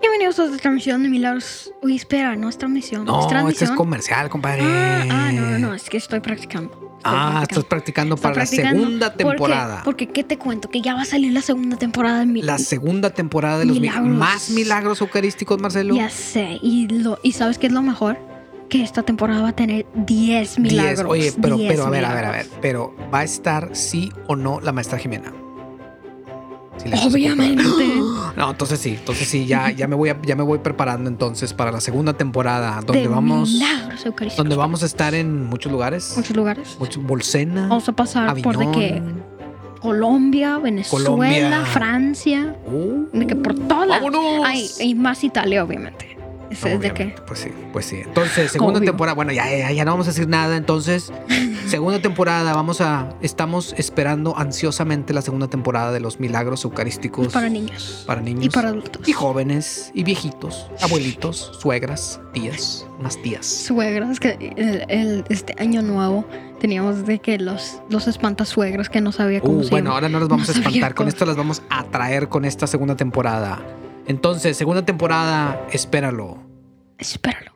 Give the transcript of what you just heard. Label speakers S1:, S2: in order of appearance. S1: bienvenidos a otra transmisión de Milagros. Uy, espera, no es transmisión. es
S2: No, este
S1: transmisión.
S2: es comercial, compadre.
S1: ah, ah, no, no, no, es que estoy practicando. Estoy
S2: Ah, estás
S1: practicando.
S2: practicando
S1: Estoy
S2: para
S1: practicando.
S2: la segunda
S1: ¿Por qué?
S2: temporada.
S1: Porque, ¿qué te cuento? Que ya va a salir la segunda temporada de
S2: La
S1: Milagros.
S2: segunda temporada de los mi-
S1: Milagros.
S2: más milagros eucarísticos, Marcelo.
S1: Ya sé. Y, lo, y ¿sabes qué es lo mejor? Que esta temporada va a tener 10
S2: Diez.
S1: milagros.
S2: Oye, pero,
S1: 10
S2: pero a ver, a ver, a ver.
S1: milagros.
S2: Pero va a estar sí o no la maestra Jimena. Sí, la maestra
S1: Obviamente.
S2: Jimena. No, entonces sí, entonces sí, ya, ya me voy a- ya me voy preparando entonces para la segunda temporada, donde
S1: de
S2: vamos,
S1: Milagros eucarísticos.
S2: donde vamos a estar en muchos lugares,
S1: Muchos lugares.
S2: muchos, Bolsena,
S1: Vamos a pasar por de que
S2: Aviñón.
S1: Colombia, Venezuela,
S2: Colombia.
S1: Francia.
S2: Uh,
S1: De que por todas. las-
S2: ¡Vámonos!
S1: Ay, y más Italia, obviamente. Ese es de que.
S2: Obviamente, Pues sí, pues sí. Entonces, segunda
S1: Obvio.
S2: temporada, bueno, ya, ya, ya no vamos a decir nada, entonces, segunda temporada, vamos a, estamos esperando ansiosamente la segunda temporada de los milagros eucarísticos
S1: Para niños.
S2: para niños
S1: Y para adultos.
S2: y jóvenes y viejitos, abuelitos, suegras, tías, más tías.
S1: suegras que el, el- este año nuevo teníamos de que los los espantasuegros que no sabía cómo
S2: Uh,
S1: se
S2: bueno,
S1: llama.
S2: ahora no las vamos
S1: No
S2: a espantar,
S1: sabía
S2: con
S1: cómo-
S2: esto las vamos a traer con esta segunda temporada. Entonces, segunda temporada, espéralo.
S1: espéralo